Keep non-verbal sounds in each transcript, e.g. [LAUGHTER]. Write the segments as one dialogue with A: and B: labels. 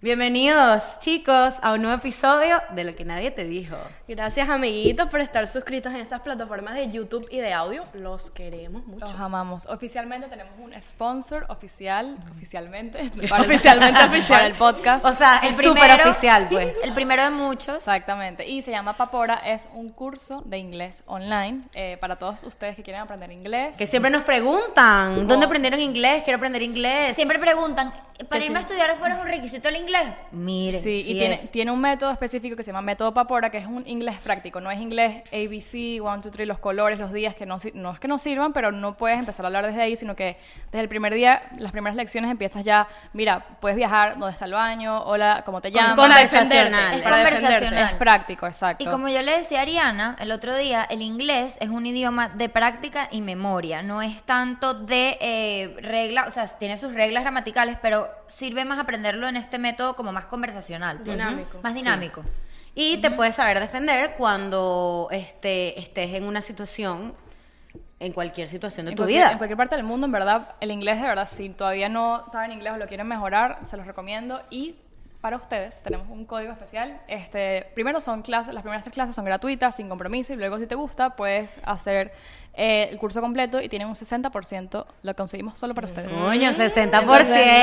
A: Bienvenidos, chicos, a un nuevo episodio de Lo que nadie te dijo.
B: Gracias, amiguitos, por estar suscritos en estas plataformas de YouTube y de audio. Los queremos mucho.
C: Los amamos. Oficialmente tenemos un sponsor oficial, oficialmente.
A: [LAUGHS]
B: Oficialmente
C: para
B: oficial.
C: el podcast.
A: O sea, el
D: El primero-
A: súper oficial, pues.
D: El primero de muchos.
C: Exactamente. Y se llama Papora, es un curso de inglés online eh, para todos ustedes que quieren aprender inglés.
A: Que siempre nos preguntan, ¿dónde aprendieron inglés? Quiero aprender inglés.
D: Siempre preguntan, ¿para
A: Que
D: irme a
A: sí.
D: estudiar afuera es un requisito el inglés? Mire,
C: Sí, y tiene, tiene un método específico que se llama método Papora, que es un inglés práctico. No es inglés ABC, 1, 2, 3, los colores, los días, que no, si- no es que no sirvan, pero no puedes empezar a hablar desde ahí, sino que desde el primer día, las primeras lecciones empiezas ya, mira, puedes viajar, dónde está el baño, hola, cómo te llamas.
A: con la-
D: es
A: para
D: conversacional.
C: es práctico, exacto.
D: Y como yo le decía a Ariana el otro día, el inglés es un idioma de práctica y memoria, no es tanto de eh, regla, o sea, tiene sus reglas gramaticales, pero sirve más aprenderlo en este método como más conversacional, pues.
B: Dinámico.
D: más dinámico.
A: Y te puedes saber defender cuando este, estés en una situación, en cualquier situación de
C: en
A: tu
C: cualquier-
A: vida.
C: En cualquier parte del mundo, en verdad, el inglés de verdad, si todavía no saben inglés o lo quieren mejorar, se los recomiendo. Y para ustedes tenemos un código especial. Este, primero son clases, las primeras tres clases son gratuitas, sin compromiso, y luego si te gusta, puedes hacer eh, el curso completo y tienen un 60%, lo conseguimos solo para ustedes.
A: Coño, 60%.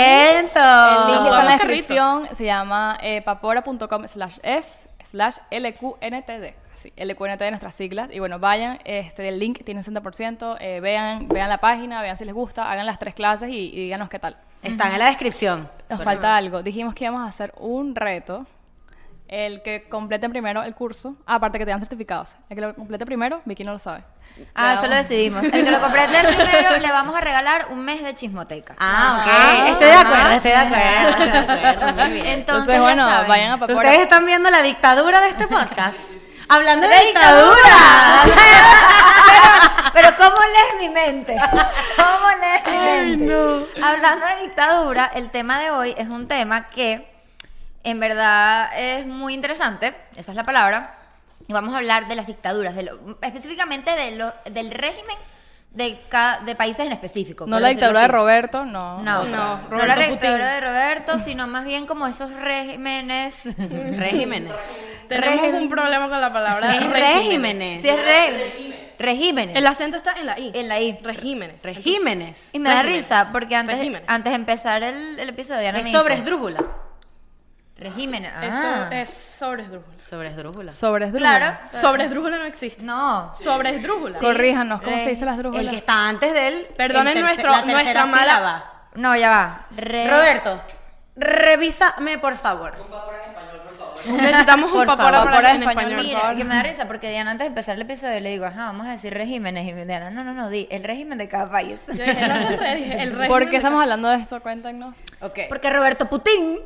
C: El link está en la
B: Vamos, carritos.
C: descripción, se llama eh, papora.com slash es slash LQNTD. Así, LQNTD nuestras siglas. Y bueno, vayan, este, el link tiene un 60%, eh, vean, vean la página, vean si les gusta, hagan las tres clases y, y díganos qué tal.
A: Están en la descripción.
C: Nos falta algo. Dijimos que íbamos a hacer un reto. El que complete primero el curso, ah, aparte que te dan certificados. El que lo complete primero, Vicky no lo sabe.
D: Ah, eso
C: [LAUGHS]
D: lo decidimos. El que lo comprende el primero le vamos a regalar un mes de chismoteca.
A: Ah, ok.
C: Ajá.
A: estoy de acuerdo, estoy de acuerdo. Estoy de acuerdo. Muy
D: [LAUGHS]
A: bien.
D: Entonces, ya
C: bueno,
D: saben.
C: vayan a
A: Entonces,
C: Papora.
A: Ustedes están viendo la dictadura de este podcast. [LAUGHS] Hablando de,
D: ¡De
A: dictadura.
D: [LAUGHS] Pero ¿cómo lees mi mente? ¿Cómo lees mi mente? Hablando de dictadura, el tema de hoy es un tema que en verdad es muy interesante, esa es la palabra, y vamos a hablar de las dictaduras, de lo- específicamente de lo- del régimen de, ca- de países en específico.
C: No
D: por
C: la
D: decirlo
C: dictadura de
D: así.
C: Roberto, no.
D: No,
B: No,
D: no,
B: Roberto
D: la
B: Putin.
D: dictadura de Roberto, sino más bien como esos regímenes.
A: Regímenes.
B: Tenemos
D: Régimen.
B: un problema con la palabra
A: Es regímenes.
D: Si es re- regímenes.
B: El acento está en la I.
D: En la I.
B: Regímenes.
A: Regímenes.
D: Y me da
B: Regímenes.
D: risa porque antes,
B: Regímenes.
D: antes de empezar el, el episodio, Ana me
A: Es sobre
D: dice,
A: esdrújula.
D: Regímenes.
B: Eso
D: Ah.
B: es sobre esdrújula.
A: Sobre esdrújula.
C: Sobre esdrújula.
D: Claro.
B: Sobre esdrújula no existe.
D: No.
B: Sobre esdrújula.
D: Sí.
C: Corríjanos, ¿cómo
D: Re-
C: se dice las drújulas?
A: El que está antes de él.
B: Perdonen
A: el tercer-
B: nuestro-
A: la tercera
B: nuestra mala-
A: sílaba.
D: No, ya va. Re-
A: Eh, Roberto, revísame por favor.
B: Necesitamos un
A: Por
B: papora
C: favor.
B: para en
C: Papora en
B: español.
C: español.
B: por
D: Mira,
B: favor.
D: que me da risa porque Diana antes de empezar el episodio le digo, ajá, vamos a decir regímenes. Y Diana, no, no, no, di el régimen de cada país.
B: Yo dije, no te enredes, dije, el régimen
C: ¿Por qué
B: de-
C: estamos hablando de esto? Cuéntanos.
A: Ok.
D: Porque Roberto Putin.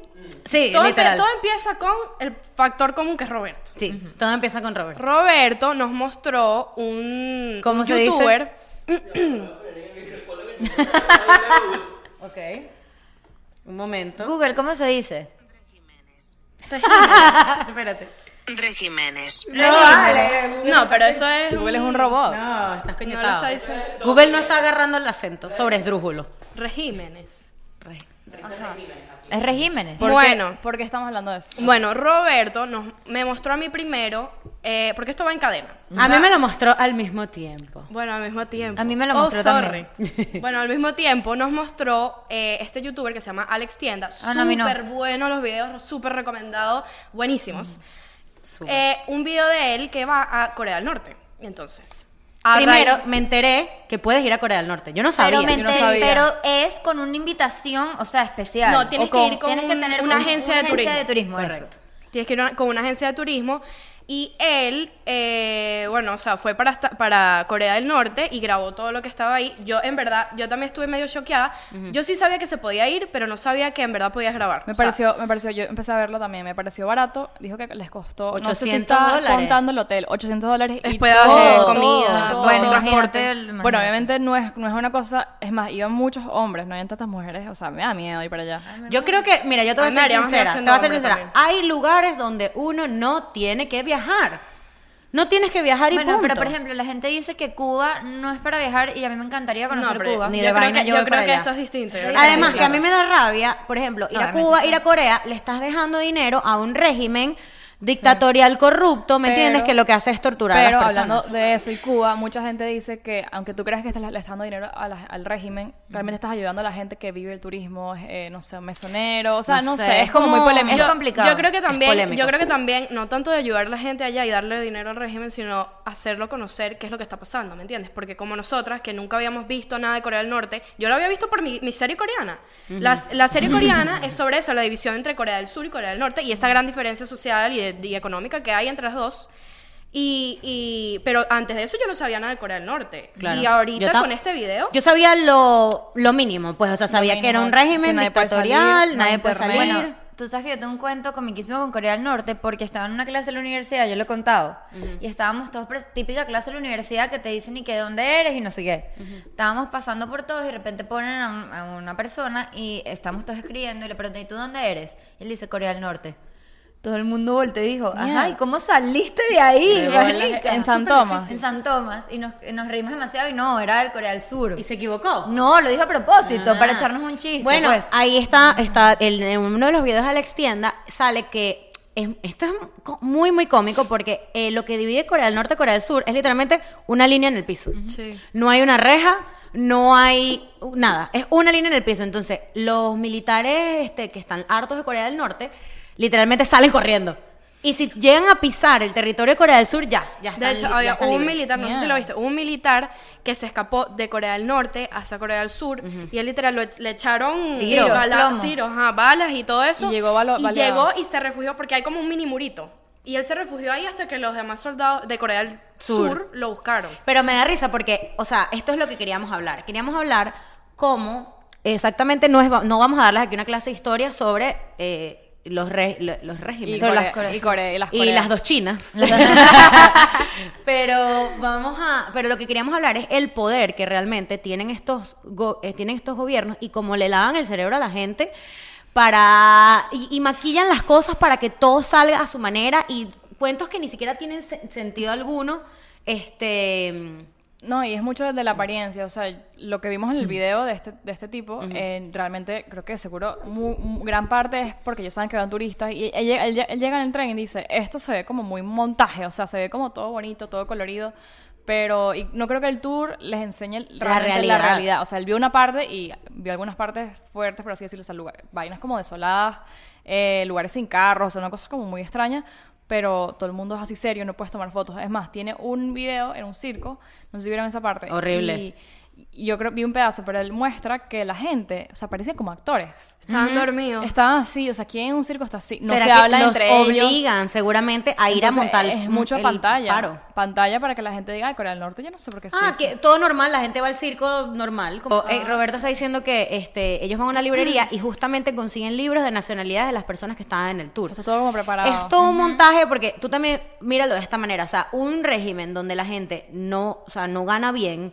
A: Sí,
B: Todo,
A: literal.
B: todo empieza con el factor común que es Roberto.
A: Sí, todo empieza con Roberto.
B: Roberto nos mostró un,
A: ¿Cómo
B: un
A: se dice?
B: youtuber.
A: Ok. Un momento.
D: Google, ¿cómo se dice?
A: Espérate.
E: Regímenes.
A: No, vale.
B: No, pero eso es.
C: Google es un robot.
A: No, estás
B: No lo
A: coñetado.
B: está diciendo.
A: Google no está agarrando el acento sobre esdrújulo.
B: Regímenes.
A: Re-
D: Es regímenes.
C: ¿Por qué-
B: Bueno.
C: ¿Por qué estamos hablando de eso?
B: Bueno, Roberto nos, me mostró a mí primero, eh, porque esto va en cadena.
A: A mí me lo mostró al mismo tiempo.
B: Bueno, al mismo tiempo.
D: A mí me lo
B: Oh,
D: mostró
B: sorry.
D: [LAUGHS]
A: también.
B: [LAUGHS] bueno, al mismo tiempo nos mostró eh, este youtuber que se llama Alex Tienda.
D: Ah, no, a mí no.
B: Súper bueno los videos, súper recomendados, buenísimos.
D: Mm.
A: Súper.
B: Eh, un video de él que va a Corea del Norte. Entonces, a
A: Primero
B: raíz-
A: me enteré que puedes ir a Corea del Norte. Yo no sabía.
D: Pero, me
C: yo no
D: enteré-
C: sabía.
D: pero es con una invitación, o sea, especial.
B: No, tienes
D: O
B: que ir con
D: tienes
B: un-
D: tener
B: una
D: con-
B: agencia de turismo.
D: de
A: Eso.
D: turismo, correcto.
B: Tienes que ir a- con una agencia de turismo. Y él, eh, bueno, o sea, fue para, esta- para Corea del Norte y grabó todo lo que estaba ahí. Yo, en verdad, yo también estuve medio choqueada. Yo sí sabía que se podía ir, pero no sabía que en verdad podías grabar.
C: Me
B: O sea,
C: pareció, me pareció, yo empecé a verlo también, me pareció barato. Dijo que les costó
A: 800
C: estaba
A: dólares.
C: contando el hotel, 800 dólares y
B: Hospedaje,
C: todo,
B: comida,
C: todo,
D: bueno,
C: todo.
D: imagínate el-
C: Bueno,
D: imagínate.
C: obviamente no es, no es una cosa, es más, iban muchos hombres, no habían tantas mujeres, o sea, me da miedo ir para allá.
A: Yo creo que, mira, yo te voy
B: A
A: a
B: mí me
A: ser
B: haría más
A: sincera.
B: gracia
A: Te voy a ser
B: un hombre
A: sincera. Hay lugares donde uno no tiene que viajar. No tienes que viajar y
D: bueno,
A: punto.
D: pero por ejemplo, la gente dice que Cuba no es para viajar y a mí me encantaría conocer
B: pero
D: Cuba.
A: Ni
B: yo
A: de
B: creo
A: vaina
B: que,
A: yo
B: yo
A: voy
B: creo
A: para
B: que
A: allá.
B: esto es distinto. yo creo que es
A: Además, que a
B: distinto.
A: mí me da rabia, por ejemplo, ir a
D: obviamente
A: Cuba,
D: sí.
A: ir a Corea, le estás dejando dinero a un régimen dictatorial corrupto, ¿me
C: Pero-
A: entiendes? Que lo que hace es torturar
C: Pero
A: a las personas.
C: hablando de eso y Cuba, mucha gente dice que aunque tú creas que estás le estás dando dinero a la- al régimen, realmente estás ayudando a la gente que vive el turismo, eh, no sé, mesonero, o sea,
A: No
C: no,
A: sé,
C: sé, es como muy
A: como-
C: polémico.
D: Es complicado.
B: Yo creo que también,
A: polémico.
B: yo creo que también, no tanto de ayudar a la gente allá y darle dinero al régimen, sino hacerlo conocer qué es lo que está pasando, ¿me entiendes? Porque como nosotras, que nunca habíamos visto nada de Corea del Norte, yo lo había visto por mi, mi serie coreana. la, la serie coreana es sobre eso, la división entre Corea del Sur y Corea del Norte, y esa gran diferencia social y, de- y económica que hay entre las dos. Y, y- pero antes de eso yo no sabía nada de Corea del Norte.
A: Claro.
B: Y
A: Yo
B: ahorita
A: tam-
B: con este video...
A: Yo sabía lo, lo mínimo, pues, o sea, sabía que era un
C: mínimo, que
A: régimen
C: nadie puede
A: dictatorial,
C: salir, no
A: nadie
C: hay
A: puede salir.
C: internet.
D: Bueno, tú sabes que yo tengo un cuento comiquísimo con Corea del Norte porque estaba en una clase de la universidad, yo lo he contado. Y estábamos todos, pres- típica clase de la universidad que te dicen y que de dónde eres y no sé qué. Estábamos pasando por todos y de repente ponen a, un- a una persona y estamos todos escribiendo y le pregunté, ¿y tú dónde eres? Y él dice, Corea del Norte. Todo el mundo volteó y dijo, ajá, ¿y cómo saliste de ahí?
B: De bolas,
D: marica?"
C: en San Tomás.
D: [LAUGHS] En San Tomás. Y nos, nos reímos demasiado y no, era del Corea del Sur.
A: ¿Y se equivocó?
D: No, lo dije a propósito,
A: Ah.
D: para echarnos un chiste.
A: Bueno,
D: pues.
A: ahí está, está el- en uno de los videos de Alex Tienda sale que es- esto es co- muy, muy cómico porque eh, lo que divide Corea del Norte y Corea del Sur es literalmente una línea en el piso.
B: Sí.
A: No hay una reja, no hay nada, es una línea en el piso. Entonces, los militares este, que están hartos de Corea del Norte, literalmente salen corriendo. Y si llegan a pisar el territorio de Corea del Sur, ya, ya están
B: De hecho,
A: li- ya
B: había
A: están
B: un
A: libres.
B: militar, no sé si lo viste, un militar que se escapó de Corea del Norte hacia Corea del Sur y él literal lo e- le echaron
D: Tiro,
B: bala-
D: plomo.
B: tiros, ajá, balas y todo eso.
C: Y llegó balo-
B: y
C: baleado.
B: llegó y se refugió porque hay como un mini murito. Y él se refugió ahí hasta que los demás soldados de Corea del
A: Sur.
B: Sur, lo buscaron.
A: Pero me da risa porque, o sea, esto es lo que queríamos hablar. Queríamos hablar cómo exactamente no, es, no vamos a darles aquí una clase de historia sobre eh, los, re- lo- los
C: Y,
A: regímenes.
D: Sobre
C: Corea-
D: las Coreas.
C: y Corea- y las
A: Y
C: Coreas.
A: las dos chinas. [LAUGHS] pero vamos a, pero lo que queríamos hablar es el poder que realmente tienen estos go- eh, tienen estos gobiernos y cómo le lavan el cerebro a la gente para y, y maquillan las cosas para que todo salga a su manera y cuentos que ni siquiera tienen se- sentido alguno, este
C: No, y es mucho de la apariencia. O sea, lo que vimos en el video de este, de este tipo, eh, realmente creo que seguro mu- mu- gran parte es porque ellos saben que van turistas. Y él, llega- él lle- él llega en el tren y dice: Esto se ve como muy montaje. O sea, se ve como todo bonito, todo colorido. Pero y no creo que el tour les enseñe realmente
A: realidad.
C: la realidad. O sea, él vio una parte y vio algunas partes fuertes, por así decirlo. O sea, lugar- vainas como desoladas, eh, lugares sin carros, o sea, una cosa como muy extraña. Pero todo el mundo es así serio, no puedes tomar fotos. Es más, tiene un video en un circo, no sé si vieron esa parte.
A: Horrible.
C: Y, y yo creo vi un pedazo, pero él muestra que la gente, o sea, parecen como actores.
B: Estaban dormidos.
C: Estaban así, o sea, ¿quién en un circo está así? No
A: ¿Será
C: se
A: que
C: habla
A: los
C: entre ellos.
A: obligan seguramente a ir
C: Entonces,
A: a montar
C: es mucho
A: el
C: pantalla.
A: paro?
C: Pantalla para que la gente diga, ay, Corea del Norte, yo no sé por qué sí,
A: Ah,
C: sí".
A: que todo normal, la gente va al circo normal. como-
C: Ah.
A: Eh, Roberto está diciendo que este, ellos van a una
C: Mm.
A: librería y justamente consiguen libros de nacionalidades de las personas que estaban en el tour.
C: Está todo como preparado.
A: Es todo un montaje porque tú también míralo de esta manera, o sea, un régimen donde la gente no, o sea, no gana bien,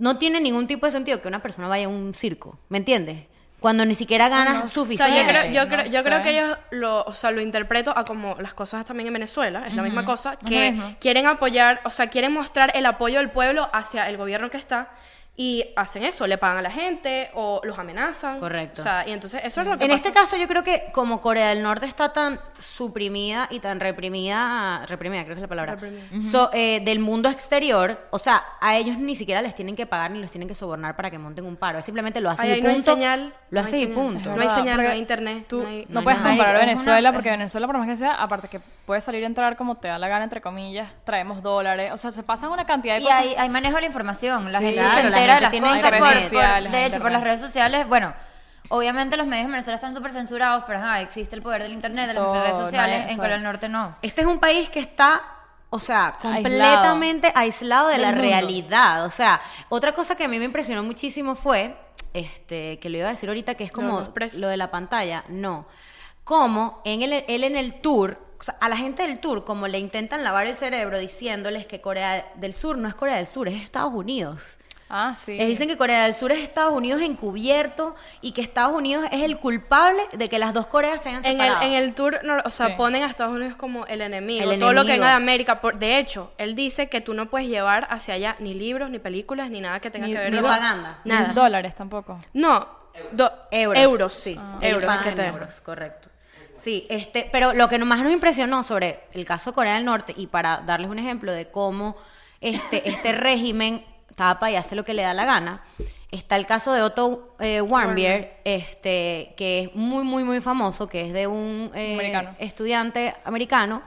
A: no tiene ningún tipo de sentido que una persona vaya a un circo, ¿me entiendes? Cuando ni siquiera ganas
B: O sea,
A: suficiente.
B: yo creo, yo
C: no
B: creo, yo
C: sé.
B: creo que ellos lo, o sea, lo interpreto a como las cosas también en Venezuela, es la misma cosa,
D: lo
B: que
D: mismo.
B: quieren apoyar, o sea, quieren mostrar el apoyo del pueblo hacia el gobierno que está y hacen eso, le pagan a la gente o los amenazan.
A: Correcto.
B: O sea, y entonces eso es lo que
A: En
B: pasa.
A: este caso yo creo que como Corea del Norte está tan suprimida y tan reprimida, reprimida creo que es la palabra,
B: Reprimida.
A: so- eh, del mundo exterior, o sea, a ellos ni siquiera les tienen que pagar ni los tienen que sobornar para que monten un paro, simplemente lo hacen
B: Ay,
A: y
B: ahí no hay
A: punto.
B: señal,
A: lo
B: no hay
A: hacen y
B: señal.
A: punto.
B: No hay señal, no
C: Porque
B: hay internet,
C: Tú
B: no
C: no,
B: hay- no hay
C: puedes
A: nada.
C: comparar
D: Marico, es
C: Venezuela
D: una-
C: porque Venezuela, por más que sea, aparte que puedes salir y entrar como te da la gana, entre comillas, traemos dólares. O sea, se pasan una cantidad de
D: [LAUGHS] Y
C: cosas.
D: hay, hay manejo de la información, la
C: Sí,
D: gente
A: claro,
D: se
A: la
D: entera
A: gente
D: de
A: tiene
D: las cosas.
A: redes
D: por- por-
C: sociales,
D: de hecho, por
C: internet.
D: las redes sociales, bueno, obviamente los medios en Venezuela están súper censurados, pero ajá, existe el poder del internet, de las
C: Todo,
D: redes sociales,
C: nadie
D: en
C: sabe.
D: Corea del Norte no.
A: Este es un país que está, o sea,
C: Aislado.
A: completamente aislado, de
D: Del
A: la
D: mundo.
A: realidad. O sea, otra cosa que a mí me impresionó muchísimo fue, este, que lo iba a decir ahorita, que es
B: Lo
A: como
B: de los presos.
A: lo de la pantalla, no. Como en el, él en el tour, o sea, a la gente del tour, como le intentan lavar el cerebro diciéndoles que Corea del Sur no es Corea del Sur, es Estados Unidos.
C: Ah, sí.
A: Les dicen que Corea del Sur es Estados Unidos encubierto y que Estados Unidos es el culpable de que las dos Coreas se hayan
B: En el,
A: separado.
B: en el tour, no, o sea,
C: Sí.
B: ponen a Estados Unidos como el enemigo,
A: El
B: todo lo que
A: enemigo.
B: venga de América. Por, de hecho, él dice que tú no puedes llevar hacia allá ni libros, ni películas, ni nada que tenga
C: Ni-
B: que ver
A: ni
B: con
A: propaganda.
C: Ni
B: Nada.
C: dólares tampoco. [LAUGHS]
B: No, do-
A: Euros.
B: euros. sí.
A: Ah. Ellos
B: euros. es que
A: pagan en
B: te-
A: euros, correcto. Sí, este, pero lo que más nos impresionó sobre el caso de Corea del Norte, y para darles un ejemplo de cómo este, este régimen tapa y hace lo que le da la gana, está el caso de Otto eh, Warmbier, este, que es muy, muy, muy famoso, que es de un eh,
C: Americano.
A: estudiante americano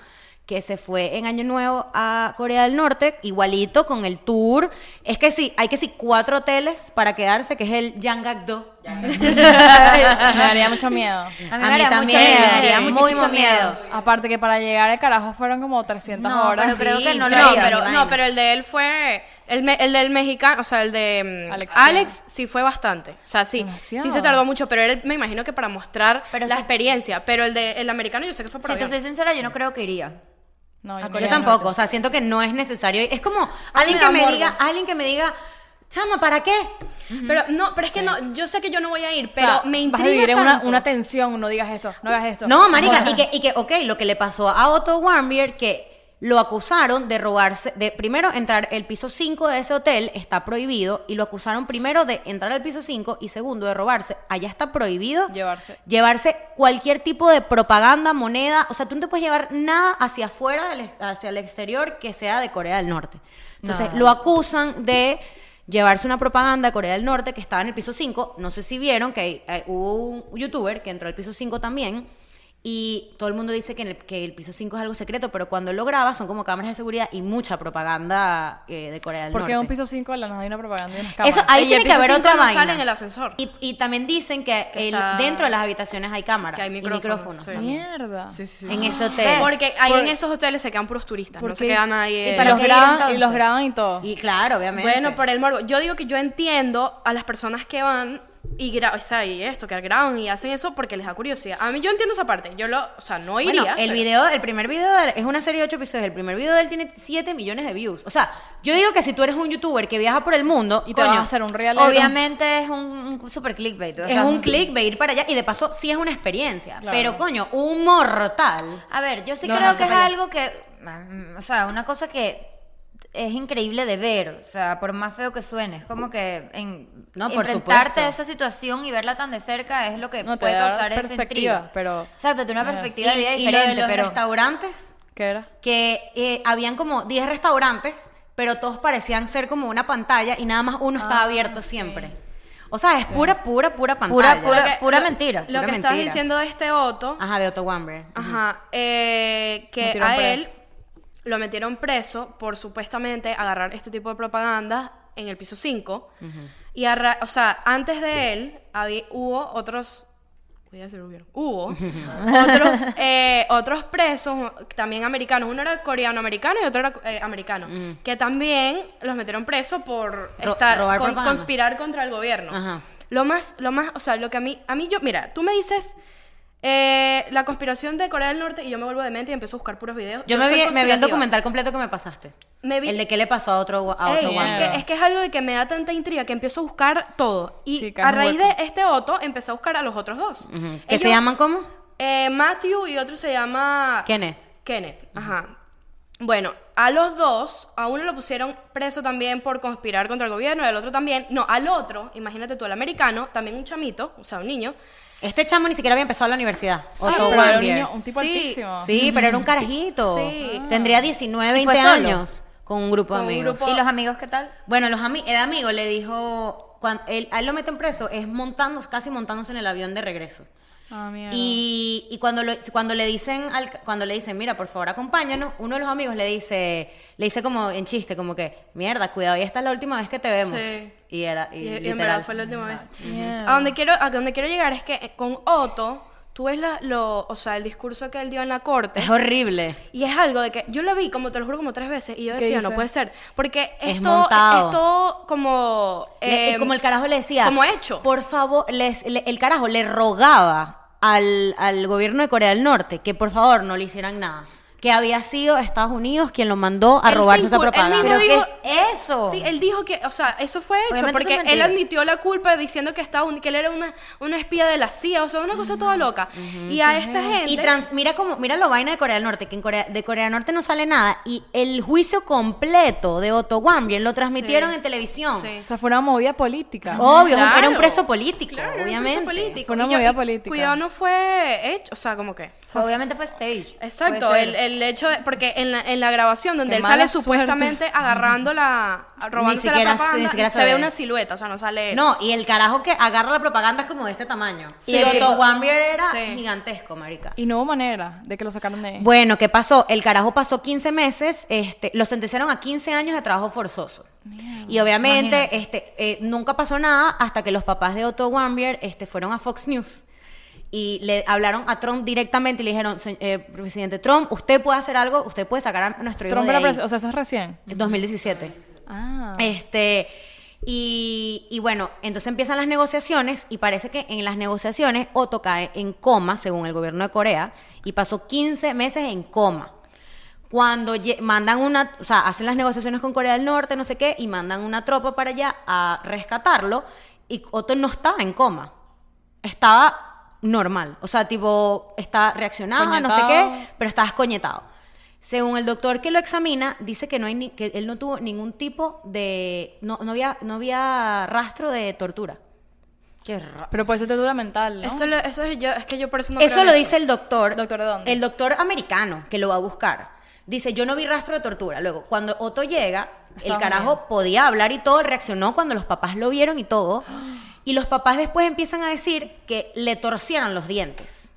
A: que se fue en Año Nuevo a Corea del Norte, igualito con el tour. Es que sí, hay que sí cuatro hoteles para quedarse, que es el Yanggakdo.
C: Me daría mucho miedo.
D: A mí
A: A
D: me
A: mí
D: daría mucho
A: también,
D: miedo.
A: me daría
D: mucho,
A: muchísimo
D: miedo.
A: miedo.
C: Aparte que para llegar al carajo fueron como 300
D: No,
C: horas.
D: pero creo que no lo
B: No,
D: haría.
B: pero,
A: imagino.
B: no, pero el de él fue. El, me- el del mexicano, o sea, el de mm,
C: Alex.
B: Alex, sí fue bastante. O sea, sí.
C: Demasiado.
B: Sí se tardó mucho, pero él me imagino que para mostrar
D: Pero
B: la
D: si-
B: experiencia. Pero el de el americano yo sé que fue por
D: Si te
B: avión.
D: soy sincera, yo no creo que iría.
C: No, yo no.
D: A
A: Ah, Yo
D: Corea del
A: tampoco, o sea, siento que no es necesario. Es como alguien
B: me
A: que
B: da
A: me
B: morbo.
A: diga, alguien que me diga, chama, ¿para qué?
B: Pero no, pero es que no, yo sé que yo no voy a ir,
C: O
B: pero
C: sea,
B: me
C: vas
B: intriga
C: a vivir en una,
B: tanto.
C: una tensión, no digas esto, no hagas esto.
A: No, marica, y que, y que, ok, lo que le pasó a Otto Warmbier, que lo acusaron de robarse, de primero entrar el piso 5 de ese hotel, está prohibido, y lo acusaron primero de entrar al piso 5 y segundo de robarse. Allá está prohibido
C: Llevarse.
A: llevarse cualquier tipo de propaganda, moneda, o sea, tú no te puedes llevar nada hacia afuera, del ex- hacia el exterior que sea de Corea del Norte. Entonces,
D: No.
A: lo acusan de llevarse una propaganda de Corea del Norte que estaba en el piso 5, no sé si vieron que hay- hay- hubo un youtuber que entró al piso 5 también. Y todo el mundo dice que, en el, que el piso 5 es algo secreto, pero cuando lo graba son como cámaras de seguridad y mucha propaganda eh, de Corea del Norte.
C: Porque en un piso 5 nos hay una propaganda y unas cámaras.
A: Eso, ahí
B: Y el
A: tiene que
B: piso
A: haber
B: cinco
A: otra
B: no
A: vaina.
B: sale en el ascensor.
A: Y, y también dicen que,
B: Que
A: el-
B: está-
A: dentro de las habitaciones hay cámaras
B: que hay
A: y micrófonos.
B: micrófonos, sí.
A: también.
C: Mierda.
B: Sí, sí, sí.
A: En ese hotel.
B: Porque ahí
C: Por-
B: en esos hoteles se quedan puros turistas, no se
C: Porque-
B: queda nadie.
D: ¿Y
C: Y,
D: para
C: los
D: qué ir
C: graban, y
D: entonces?
C: los graban y todo.
A: Y claro, obviamente.
B: Bueno, por el morbo. Yo digo que yo entiendo a las personas que van y gra- o sea, y esto, que graban y hacen eso porque les da curiosidad. A mí yo entiendo esa parte. Yo lo, o sea, no
A: Bueno,
B: iría.
A: el
B: pero-
A: video, el primer video de- es una serie de ocho episodios. El primer video de él tiene 7 millones de views. O sea, yo digo que si tú eres un youtuber que viaja por el mundo,
C: Y te van
A: coño,
C: a hacer un real
D: Obviamente es un, un super clickbait. o sea,
A: es un clickbait ir para allá y de paso sí es una experiencia.
C: Claro.
A: Pero coño, un mortal.
D: A ver, yo sí
C: No,
D: creo
C: no,
D: que es
C: para allá.
D: algo que. mm, O sea, una cosa que es increíble de ver. O sea, por más feo que suene. Es como que en,
A: No, por supuesto.
D: enfrentarte a esa situación y verla tan de cerca es lo que
C: No, te
D: puede
C: da
D: causar esa
C: perspectiva,
D: intriga.
C: pero-
D: Exacto, tiene una
C: Ajá.
D: perspectiva de vida
A: y lo de
D: diferente,
A: los
D: pero.
A: restaurantes.
C: ¿Qué era?
A: que eh, habían como 10 restaurantes, pero todos parecían ser como una pantalla y nada más uno estaba abierto siempre. O sea, es pura, pura, pura pantalla.
D: pura-
B: Lo que-
D: pura
B: lo-
D: mentira.
B: Lo
A: Pura
B: que estabas
A: mentira. Ah.
B: diciendo de este Otto, ajá,
A: Ajá, de Otto Wamber.
B: eh,
C: Lo
B: que
C: metieron
B: a él
C: preso.
B: lo metieron preso por supuestamente agarrar este tipo de propaganda en el piso 5. Y a ra- o sea, antes de él había, hubo otros. Voy a decir hubieron. Hubo
A: [LAUGHS]
B: otros, eh, otros presos, también americanos. Uno era coreano-americano y otro era eh, americano. Que también los metieron presos por
A: Mm. Ro-
B: estar,
A: robar
B: con-
A: propaganda.
B: conspirar contra el gobierno.
A: Ajá.
B: Lo más, lo más, o sea, lo que a mí, a mí yo, mira, tú me dices eh, la conspiración de Corea del Norte y yo me vuelvo demente y empiezo a buscar puros videos.
A: Yo me
B: soy
A: vi, me vi el
B: conspirativa.
A: documental completo que me pasaste.
B: Me vi-
A: El de qué le pasó a otro, a
B: Ey,
A: Otto
B: es,
A: Wamber.
B: que, es que es algo de que me da tanta intriga que empiezo a buscar todo. Y
C: Sí, que es
B: a
C: un
B: raíz de
C: hueco.
B: este Otto empecé a buscar a los otros dos.
A: Ujú. ¿Que se
B: Ellos-
A: llaman cómo?
B: eh, Matthew y otro se llama...
A: Kenneth.
B: Kenneth, ajá. Bueno, a los dos, a uno lo pusieron preso también por conspirar contra el gobierno, y al otro también. No, al otro, imagínate tú, al americano, también un chamito, o sea, un niño,
A: Este chamo ni siquiera había empezado la universidad.
C: Ah,
A: Otto
C: pero era un,
A: Warmbier.
C: niño, un tipo
B: Sí,
C: altísimo.
A: Sí, pero era un carajito.
B: Sí.
A: Tendría 19,
D: ¿Y fue
A: 20
D: solo?
A: años. Con un grupo de
B: Con un
A: amigos.
B: grupo-
D: ¿Y los amigos qué tal?
A: Bueno, los ami- el amigo le dijo, cuando él, a él lo meten preso, es montándose, casi montándose en el avión de regreso.
C: Ah, mierda.
A: Y, y cuando, lo- cuando le dicen al- cuando le dicen, mira, por favor, acompáñanos, uno de los amigos le dice, le dice como en chiste, como que, mierda, cuidado, y esta es la última vez que te vemos.
B: Sí.
A: Y era, y,
B: y, y en
A: literal.
B: verdad fue la última vez.
C: Mierda.
B: A donde quiero, a donde quiero llegar es que eh, con Otto, tú ves la- lo, o sea, el discurso que él dio en la corte.
A: Es horrible.
B: Y es algo de que yo lo vi, como te lo juro, como tres veces y yo
C: ¿Qué
B: decía, no
C: dice?
B: puede ser. Porque esto
A: Es montado.
B: esto como...
A: Le-
B: eh,
A: como el carajo le decía.
B: como hecho.
A: Por favor, les, le- el carajo le rogaba al, al gobierno de Corea del Norte que por favor no le hicieran nada. que había sido Estados Unidos quien lo mandó a
B: Él
A: robarse
B: sin
A: esa
B: cul- él
A: propaganda.
B: mismo
D: ¿Pero
B: dijo-
D: qué es eso?
B: Sí, él dijo que, o sea, eso fue hecho
D: Obviamente eso
B: porque
D: es
B: él
D: mentira.
B: admitió la culpa diciendo que estaba un- que él era una, una espía de la CIA, o sea, una cosa toda loca. Y a esta gente
A: Y trans- mira como, mira lo vaina de Corea del Norte, que en Corea, de Corea del Norte no sale nada. Y el juicio completo de Otto Wambier lo transmitieron
B: Sí.
A: en televisión.
B: Sí.
C: O sea, fue una movida política.
A: Obvio,
B: Claro.
A: era un preso político,
B: Claro, era un
A: obviamente.
B: preso político.
C: Fue una
B: Y yo-
C: movida
B: y
C: política.
B: Cuidado no fue hecho, o sea, como que.
D: Obviamente fue stage.
B: Exacto,
D: Puede
B: el,
D: ser.
B: el hecho de, porque en la, en la grabación donde
C: Qué
B: él sale
C: mala
B: supuestamente agarrando la, robándose la
A: siquiera se-
B: propaganda,
A: ni siquiera
B: se,
A: se
B: ve
A: ve.
B: una silueta, o sea, no sale él.
A: No, y el carajo que agarra la propaganda es como de este tamaño.
B: Sí.
A: Y Otto Wambier era
B: Sí.
A: gigantesco, marica.
C: Y no hubo manera de que lo sacaran de ahí.
A: Bueno, ¿qué pasó? El carajo pasó 15 meses, este, lo sentenciaron a 15 años de trabajo forzoso. y obviamente este, eh, nunca pasó nada hasta que los papás de Otto Warmbier este, fueron a Fox News y le hablaron a Trump directamente y le dijeron, "Se- eh, presidente Trump, usted puede hacer algo, usted puede sacar a nuestro hijo
C: Trump
A: de
C: era
A: ahí".
C: pres- o sea, eso es recién.
A: En 2017.
C: Ah.
A: Este, y, y bueno, entonces empiezan las negociaciones y parece que en las negociaciones Otto cae en coma, según el gobierno de Corea, y pasó 15 meses en coma. Cuando lle- mandan una, o sea, hacen las negociaciones con Corea del Norte, no sé qué, y mandan una tropa para allá a rescatarlo, y Otto no estaba en coma, estaba normal, o sea, tipo, estaba reaccionaba, no sé
C: Coñetado.
A: qué, pero estabas coñetado. Según el doctor que lo examina, dice que no hay ni- que él no tuvo ningún tipo de no, no había no había rastro de tortura.
D: Qué raro.
C: Pero puede ser tortura mental, ¿no?
B: Eso, lo- eso es, yo, es que yo por eso no
A: eso
B: creo en
A: lo dice el doctor.
C: ¿Doctor de dónde?
A: El doctor americano que lo va a buscar. Dice, "Yo no vi rastro de tortura." Luego, cuando Otto llega, el
C: Estados
A: carajo
C: Unidos.
A: podía hablar y todo, reaccionó cuando los papás lo vieron y todo. Y los papás después empiezan a decir que le torcieron los dientes.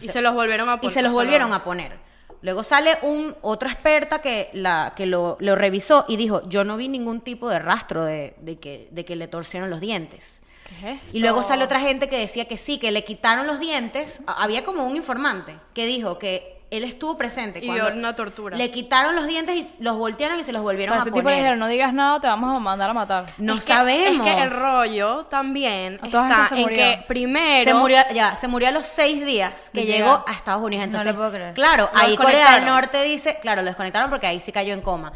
B: Y se los volvieron
A: y
B: a poner.
A: se los volvieron a poner. Luego sale un otra experta que la que lo, lo revisó y dijo, yo no vi ningún tipo de rastro de, de que, de que le torcieron los dientes.
C: ¿Qué es esto?
A: Y luego sale otra gente que decía que sí, que le quitaron los dientes. A- Había como un informante que dijo que él estuvo presente.
B: Y
A: cuando
B: vio una tortura.
A: Le quitaron los dientes y los voltearon y se los
C: O
A: volvieron
C: sea, ese
A: a
C: tipo le
A: poner.
C: dijeron, no digas nada, te vamos a mandar a matar.
A: no
B: Es que-
A: sabemos.
B: es que el rollo también
C: A todas
B: está
C: estas se
B: en
C: murió.
B: que primero.
A: se murió, ya, se murió a los seis días que
C: De
A: llegó
C: llegar.
A: a Estados Unidos.
D: No
A: Entonces,
D: lo puedo creer.
A: Claro,
B: Lo
A: ahí Corea del
B: desconectaron.
A: Norte dice, claro, lo desconectaron porque ahí sí cayó en coma.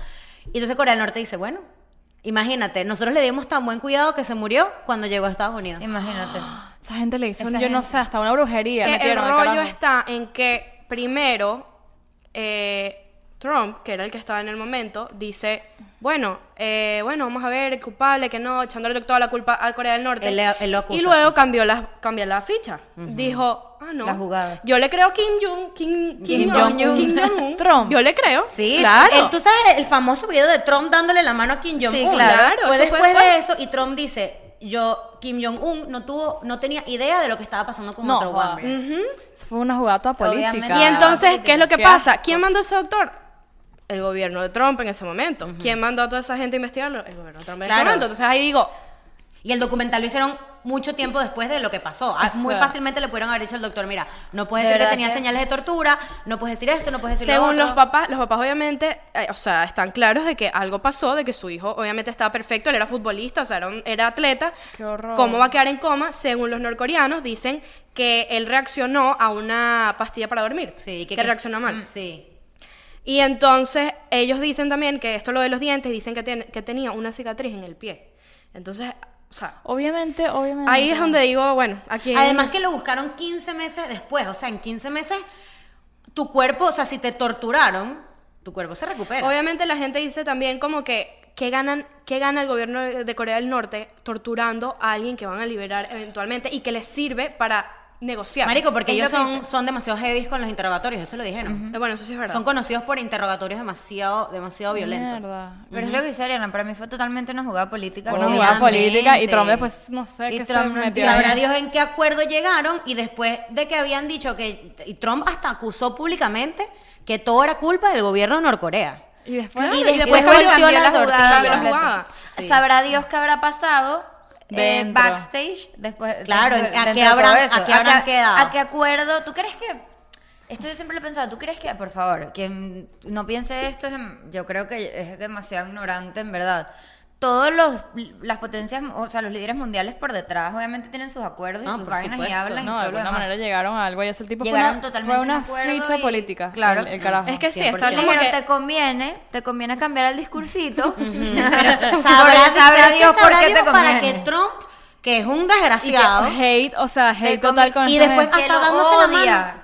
A: Y entonces Corea del Norte dice, bueno, imagínate, nosotros le dimos tan buen cuidado que se murió cuando llegó a Estados Unidos.
D: Em, Imagínate.
C: Esa gente le hizo,
D: Esa
C: un- yo no
D: gente.
C: sé, hasta una brujería.
B: que el
C: metieron al
B: rollo este.
C: carajo.
B: está en que primero eh, Trump, que era el que estaba en el momento, dice, bueno, eh, bueno, vamos a ver, culpable, que no, echándole toda la culpa al Corea del Norte.
A: Él le- él lo acusa,
B: y luego
A: sí.
B: cambió la, cambió la ficha. Dijo, ah, no.
D: La jugada.
B: Yo le creo a Kim Jong, Kim, Kim,
A: Kim
B: Jong,
A: Jong-un.
B: Kim
A: [LAUGHS]
B: Jong-un.
C: Trump.
B: Yo le creo.
A: Sí,
B: claro.
A: el- tú sabes el famoso video de Trump dándole la mano a Kim Jong-un.
D: Sí, claro,
A: Fue
B: eso fue
A: después de
B: después.
A: eso y Trump dice, yo, Kim Jong-un no tuvo, no tenía idea de lo que estaba pasando con
C: No,
A: otro
C: joda.
A: Wambi.
C: Eso fue una jugada toda política.
D: Obviamente.
B: Y entonces,
D: política.
B: ¿qué es lo que
C: Qué
B: pasa?
C: asco.
B: ¿Quién mandó a ese doctor? El gobierno de Trump en ese momento. ¿Quién mandó a toda esa gente a investigarlo? El gobierno de Trump en ese
A: Claro.
B: momento. Entonces ahí digo,
A: Y el documental lo hicieron mucho tiempo después de lo que pasó. Ah,
C: O
A: Muy
C: sea.
A: fácilmente le pudieron haber dicho al doctor, mira, no puedes
D: De
A: decir que
D: verdad
A: tenía
D: que-
A: señales de tortura, no puedes decir esto, no puedes decir
B: Según
A: lo
B: los
A: otro.
B: papás, los papás obviamente, eh, o sea, están claros de que algo pasó, de que su hijo obviamente estaba perfecto, él era futbolista, o sea, era, un- era atleta.
C: Qué horror.
B: ¿Cómo va a quedar en coma? Según los norcoreanos, dicen que él reaccionó a una pastilla para dormir.
A: Sí,
B: que, reaccionó mal.
A: Mm, Sí.
B: Y entonces ellos dicen también que esto lo de los dientes, dicen que, tiene- que tenía una cicatriz en el pie. Entonces, o sea,
C: Obviamente, obviamente.
B: ahí es donde digo, bueno, aquí...
A: Ah, Además que lo buscaron 15 meses después, o sea, en 15 meses tu cuerpo, o sea, si te torturaron, tu cuerpo se recupera.
B: Obviamente la gente dice también como que ¿qué, ganan, qué gana el gobierno de de Corea del Norte torturando a alguien que van a liberar eventualmente y que les sirve para negociar?
A: Marico, porque
B: Es
A: ellos
B: lo que
A: son, son demasiado heavy con los interrogatorios, eso lo dijeron.
B: dicen. Eh, Bueno, eso sí es verdad.
A: Son conocidos por interrogatorios demasiado, demasiado violentos.
C: Mierda.
D: Pero es lo que dice Ariana, para mí fue totalmente una jugada política.
C: Una jugada
A: Obviamente.
C: política y Trump después, no sé,
D: Y
C: qué se
D: Trump no
A: Y
C: metió.
A: sabrá
C: ahí.
A: Dios en qué acuerdo llegaron y después de que habían dicho que y Trump hasta acusó públicamente que todo era culpa del gobierno de Norcorea.
C: Y después...
A: Y
B: y
A: después
B: después
A: volteó
B: cambió
A: la
B: la
A: tortilla.
B: jugada. la
D: completa.
B: jugada.
A: Sí.
D: Sabrá Dios qué habrá pasado eh,
C: Dentro.
D: backstage después.
A: Claro,
D: dentro-
A: ¿a
D: dentro
A: qué
D: de todo
A: habrán-
D: eso?
A: a qué habrán
D: qué-
A: quedado?
D: ¿A qué acuerdo? ¿Tú crees que.? Esto yo siempre lo he pensado. ¿Tú crees que, por favor, quien no piense esto, es, em- yo creo que es demasiado ignorante, en verdad. todos los las potencias, o sea, los líderes mundiales por detrás, obviamente tienen sus acuerdos y
A: Ah,
D: sus
A: por
D: vainas y
A: supuesto.
D: hablan
C: No, de
D: y todo lo
C: alguna
D: demás.
C: manera llegaron a algo y ese tipo
D: Llegaron
C: fue una,
D: totalmente
C: fue
D: de
C: una
D: acuerdo
C: ficha
D: y-
C: política.
D: claro.
C: el, el carajo.
B: Es que sí, está
A: 100%.
B: como
D: Pero
B: que...
D: te conviene, te conviene cambiar
C: [LAUGHS]
D: el discursito.
A: Pero
D: [LAUGHS] Porque
A: sabrá,
D: sabrá Dios por qué te
A: Para que
D: conviene.
A: Trump, que es un
C: Y que
A: desgraciado,
C: hate, o sea, hate
D: Te
C: total con
D: convi-
A: y
C: esta
A: después
C: gente.
D: Que
A: hasta
D: lo
A: dándose la mano.
D: odia.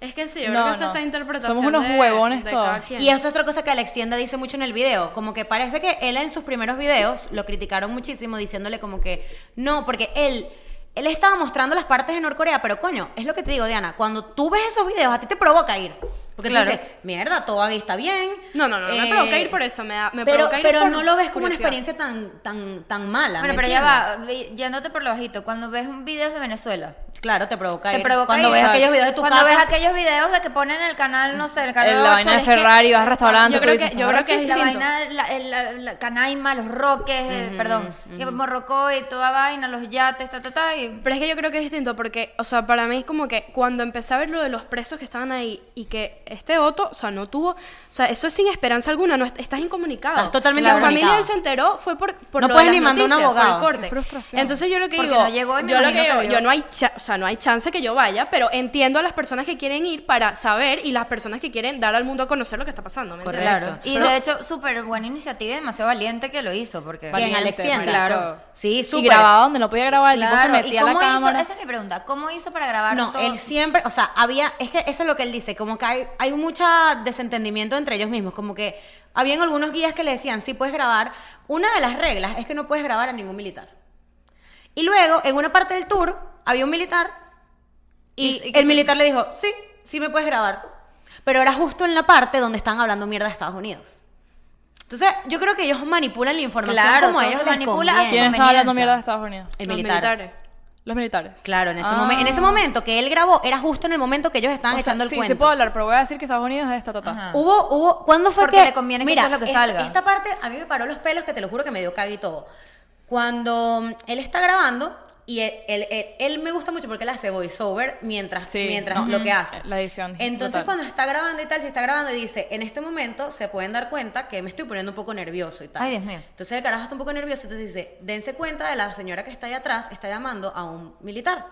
B: Es que sí, yo
C: No,
B: creo que eso
C: no.
B: está en interpretación
C: Somos unos
B: de-
C: huevones
B: de
C: todos.
B: cada quien.
A: Y eso es otra cosa que Alexienda dice mucho en el video, como que parece que él en sus primeros videos lo criticaron muchísimo diciéndole como que no, porque él él estaba mostrando las partes de Norcorea, pero coño, es lo que te digo, Diana, cuando tú ves esos videos a ti te provoca ir. Porque
B: Claro.
A: tú dices, mierda, todo aquí está bien.
B: No, no, no, me
A: eh,
B: provoca ir por eso, me, da- me
A: pero
B: provoca ir
A: pero
B: por
A: no lo ves como una
B: curiosidad.
A: experiencia tan tan tan mala.
D: Bueno,
A: ¿me
D: pero ya va,
A: entiendes?
D: vi- yéndote por lo bajito, cuando ves un video de Venezuela,
A: Claro, te provoca
D: te
A: ir.
D: provoca
A: cuando
D: ir.
A: ves aquellos videos de tu
D: Cuando
A: casa.
D: ves aquellos videos de que ponen el canal, no sé, el canal
C: En
D: 8,
C: la vaina de
D: es que-
C: Ferrari, vas al restaurante,
B: Yo
C: tú
B: creo
C: dices,
B: que- yo creo que es
D: la
C: "Arrechísimo".
B: distinto.
D: vaina, la, el- la- la Canaima, los Roques, eh, perdón, que Morrocoy, toda vaina, los yates, ta, ta, ta, y...
B: Pero es que yo creo que es distinto porque, o sea, para mí es como que cuando empecé a ver lo de los presos que estaban ahí y que este Otto, o sea, no tuvo, o sea, eso es sin esperanza alguna, no est- estás incomunicado.
A: Estás totalmente
B: La familia
A: incomunicado.
B: de él se enteró fue por, por
A: No
B: lo de
A: puedes
B: las
A: ni mandar un
B: noticias, por el
A: abogado.
B: corte.
C: Qué frustración.
B: Entonces yo lo que
D: Porque
B: digo,
D: no llegó y me
B: yo lo que
D: imagino que
B: digo,
D: vio.
B: yo no hay, cha- o sea, no hay chance que yo vaya, pero entiendo a las personas que quieren ir para saber y las personas que quieren dar al mundo a conocer lo que está pasando, ¿me entiendes?
A: Correcto.
D: Y de hecho, súper buena iniciativa y demasiado valiente que lo hizo, porque...
A: Bien,
C: Valiente,
A: Alex Tienda.
C: marico.
A: Sí,
C: Y
A: súper.
C: grababa donde no podía grabar, el tipo
D: Claro,
C: se metía a
D: ¿y
C: la
D: cómo hizo?
C: cámara.
D: Esa es mi pregunta, ¿cómo hizo para grabar
A: No,
D: todo?
A: él siempre, o sea, había, es que eso es lo que él dice, como que hay, hay mucho desentendimiento entre ellos mismos, como que habían algunos guías que le decían, sí puedes grabar, una de las reglas es que no puedes grabar a ningún militar. Y luego, en una parte del tour, había un militar y,
D: Y- y que
A: el
D: sí.
A: militar le dijo, sí, sí me puedes grabar, pero era justo en la parte donde están hablando mierda de Estados Unidos. Entonces, yo creo que ellos manipulan la información
D: Claro,
A: como a
D: todo
A: ellos
D: se
A: les
D: manipula a su
A: conviene.
C: ¿Quién estaba hablando
D: conveniencia.
C: mierda de Estados Unidos?
A: El
B: Los
A: militar.
B: militares.
C: Los militares.
A: Claro, en ese,
C: Ah.
A: momen- en ese momento que él grabó, era justo en el momento que ellos estaban
C: O sea,
A: echando el
C: sí,
A: cuento. Ah.
C: sí puedo hablar, pero voy a decir que Estados Unidos es esta, ta, ta.
D: Ajá.
A: Hubo, hubo, ¿cuándo fue
D: Porque
A: que?
D: le conviene que
A: mira,
D: eso es lo que
A: esta,
D: salga.
A: Esta parte a mí me paró los pelos que te lo juro que me dio cague y todo. Cuando mm, él está grabando y él, él- él- él me gusta mucho porque él hace voiceover mientras,
C: Sí,
A: mientras
C: no.
A: lo que hace.
C: La edición,
A: Entonces
C: total.
A: cuando está grabando y tal, se está grabando y dice, en este momento se pueden dar cuenta que me estoy poniendo un poco nervioso y tal.
D: Ay, Dios mío.
A: Entonces el carajo está un poco nervioso, entonces dice, dense cuenta de la señora que está allá atrás, está llamando a un militar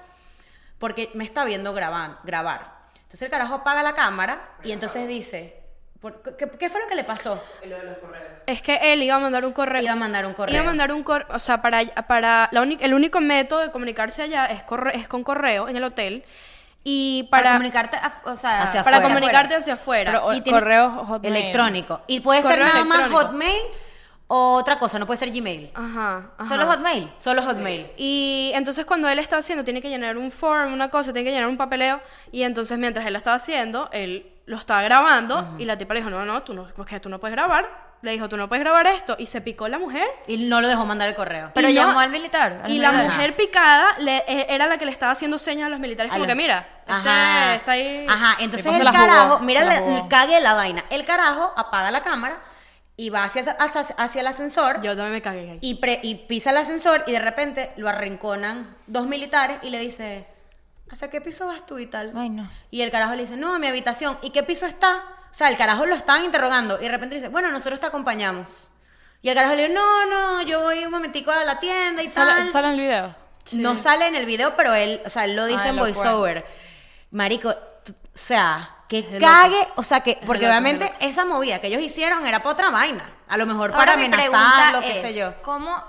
A: porque me está viendo graban- grabar. Entonces el carajo apaga la cámara y entonces dice, ¿por- ¿qué, qué fue lo que le pasó?
B: Es que él iba a mandar un correo.
A: Iba a mandar un correo.
B: Iba a mandar un correo, o sea, para, para la uni- el único método de comunicarse allá es, corre- es con correo en el hotel y
D: Para,
B: para,
D: comunicarte, af- o sea,
A: Hacia
B: para
A: afuera.
B: comunicarte hacia afuera.
C: Pero,
B: y
C: o-
B: tiene-
C: correo hotmail.
A: electrónico. Y puede
B: Correo
A: ser nada más
B: electrónico.
A: Hotmail o otra cosa, no puede ser Gmail.
B: Ajá, ajá.
D: ¿Solo Hotmail?
A: Solo Hotmail.
B: Y entonces cuando él estaba haciendo, tiene que llenar un form, una cosa, tiene que llenar un papeleo. Y entonces mientras él lo estaba haciendo, él lo estaba grabando y la tipa le dijo, no, no, tú no, porque tú no puedes grabar. Le dijo, tú no puedes grabar esto. Y se picó la mujer.
A: Y no lo dejó mandar el correo.
D: Pero
B: Y no-
D: llamó al militar. al
B: Y la
D: militar.
B: mujer picada le- e- era la que le estaba haciendo señas a los militares,
A: A
B: como
A: los-
B: que mira, este
A: Ajá.
B: está ahí.
A: Ajá, entonces
C: Sí, pues,
A: el
C: se la jugó,
A: carajo,
C: se
A: mira
C: la
A: la- el
C: jugó.
A: cague de la vaina. El carajo apaga la cámara y va hacia, hacia, hacia el ascensor.
B: Yo también me cagué ahí.
A: y, pre- y pisa el ascensor y de repente lo arrinconan dos militares y le dice, ¿hasta qué piso vas tú y tal?
D: Ay, no.
A: Y el carajo le dice, no, a mi habitación. ¿Y qué piso está? O sea, el carajo lo estaban interrogando y de repente dice, bueno, nosotros te acompañamos. Y el carajo le dice, no, no, yo voy un momentico a la tienda y
C: ¿Sale,
A: tal.
C: eso sale en el video?
A: No sale en el video, pero él, o sea, él lo dice
C: Ah,
A: en
C: lo cual.
A: voiceover. Marico, t- o sea, que
B: de
A: cague, o sea, que, porque
B: de loco, es de
A: obviamente esa movida que ellos hicieron era para otra vaina. A lo mejor para
D: Ahora mi pregunta
A: amenazarlo, qué
D: es,
A: sé yo.
D: ¿Cómo?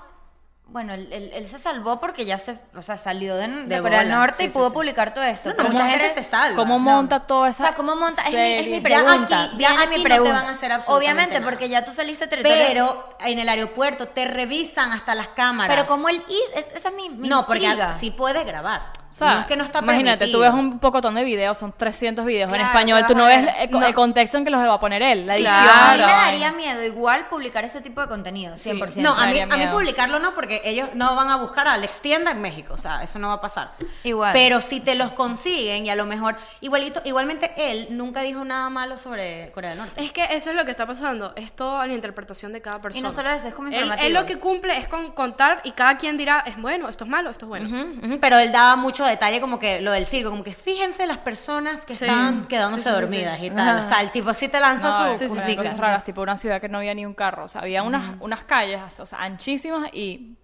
D: Bueno, él, él- él se salvó porque ya se, o sea, salió de, de
A: De
D: Corea del
A: bola,
D: Norte
A: sí,
D: y
A: sí,
D: pudo
A: sí.
D: publicar todo esto.
A: No, no,
D: Pero
A: mucha
D: ¿cómo
A: gente
D: crees-
A: se salva.
C: ¿Cómo
A: No.
C: monta toda esa
D: O sea, ¿cómo monta? Es mi, es mi
C: serie?
A: Ya
D: pregunta.
A: aquí- ya
D: viene
A: aquí
D: mi
A: no te
D: pregunta.
A: van a hacer absolutamente
D: Obviamente,
A: nada.
D: porque ya tú saliste a territorio.
A: Pero en el aeropuerto te revisan hasta las cámaras.
D: Pero como él hizo, es- esa es mi, mi
A: No, porque
D: intriga.
A: sí puedes grabar.
C: O sea,
A: no es que no está
C: imagínate,
A: permitido.
C: tú ves un pocotón de videos, son 300 videos
D: Claro,
C: en español, tú
D: te vas
C: no
D: a
C: ves
D: ver.
C: el, co- el contexto en que los va a poner él, la
D: Sí,
C: edición.
D: A mí me
C: la vaina.
D: daría miedo igual publicar ese tipo de contenido, 100%.
A: No, a mí,
C: Daría
A: a mí
C: miedo.
A: publicarlo no, porque ellos no van a buscar a Alex Tienda en México, o sea, eso no va a pasar.
D: Igual.
A: Pero si te los consiguen y a lo mejor, igualito, igualmente él nunca dijo nada malo sobre Corea del Norte.
B: Es que eso es lo que está pasando. Es toda la interpretación de cada persona.
D: solo eso, es como
B: Él- Él,
D: informativo.
B: lo que cumple es con contar y cada quien dirá, es bueno, esto es malo, esto es bueno.
A: Ujú, ujú, pero él daba mucho detalle como que lo del circo, como que fíjense las personas que
B: Sí.
A: están quedándose
B: Sí, sí, sí,
A: dormidas y tal. O sea, el tipo sí te lanza su
C: No, sí, sí, eran
A: cursica.
C: cosas raras, tipo una ciudad que no había ni un carro. O sea, había unas, unas calles, o sea, anchísimas y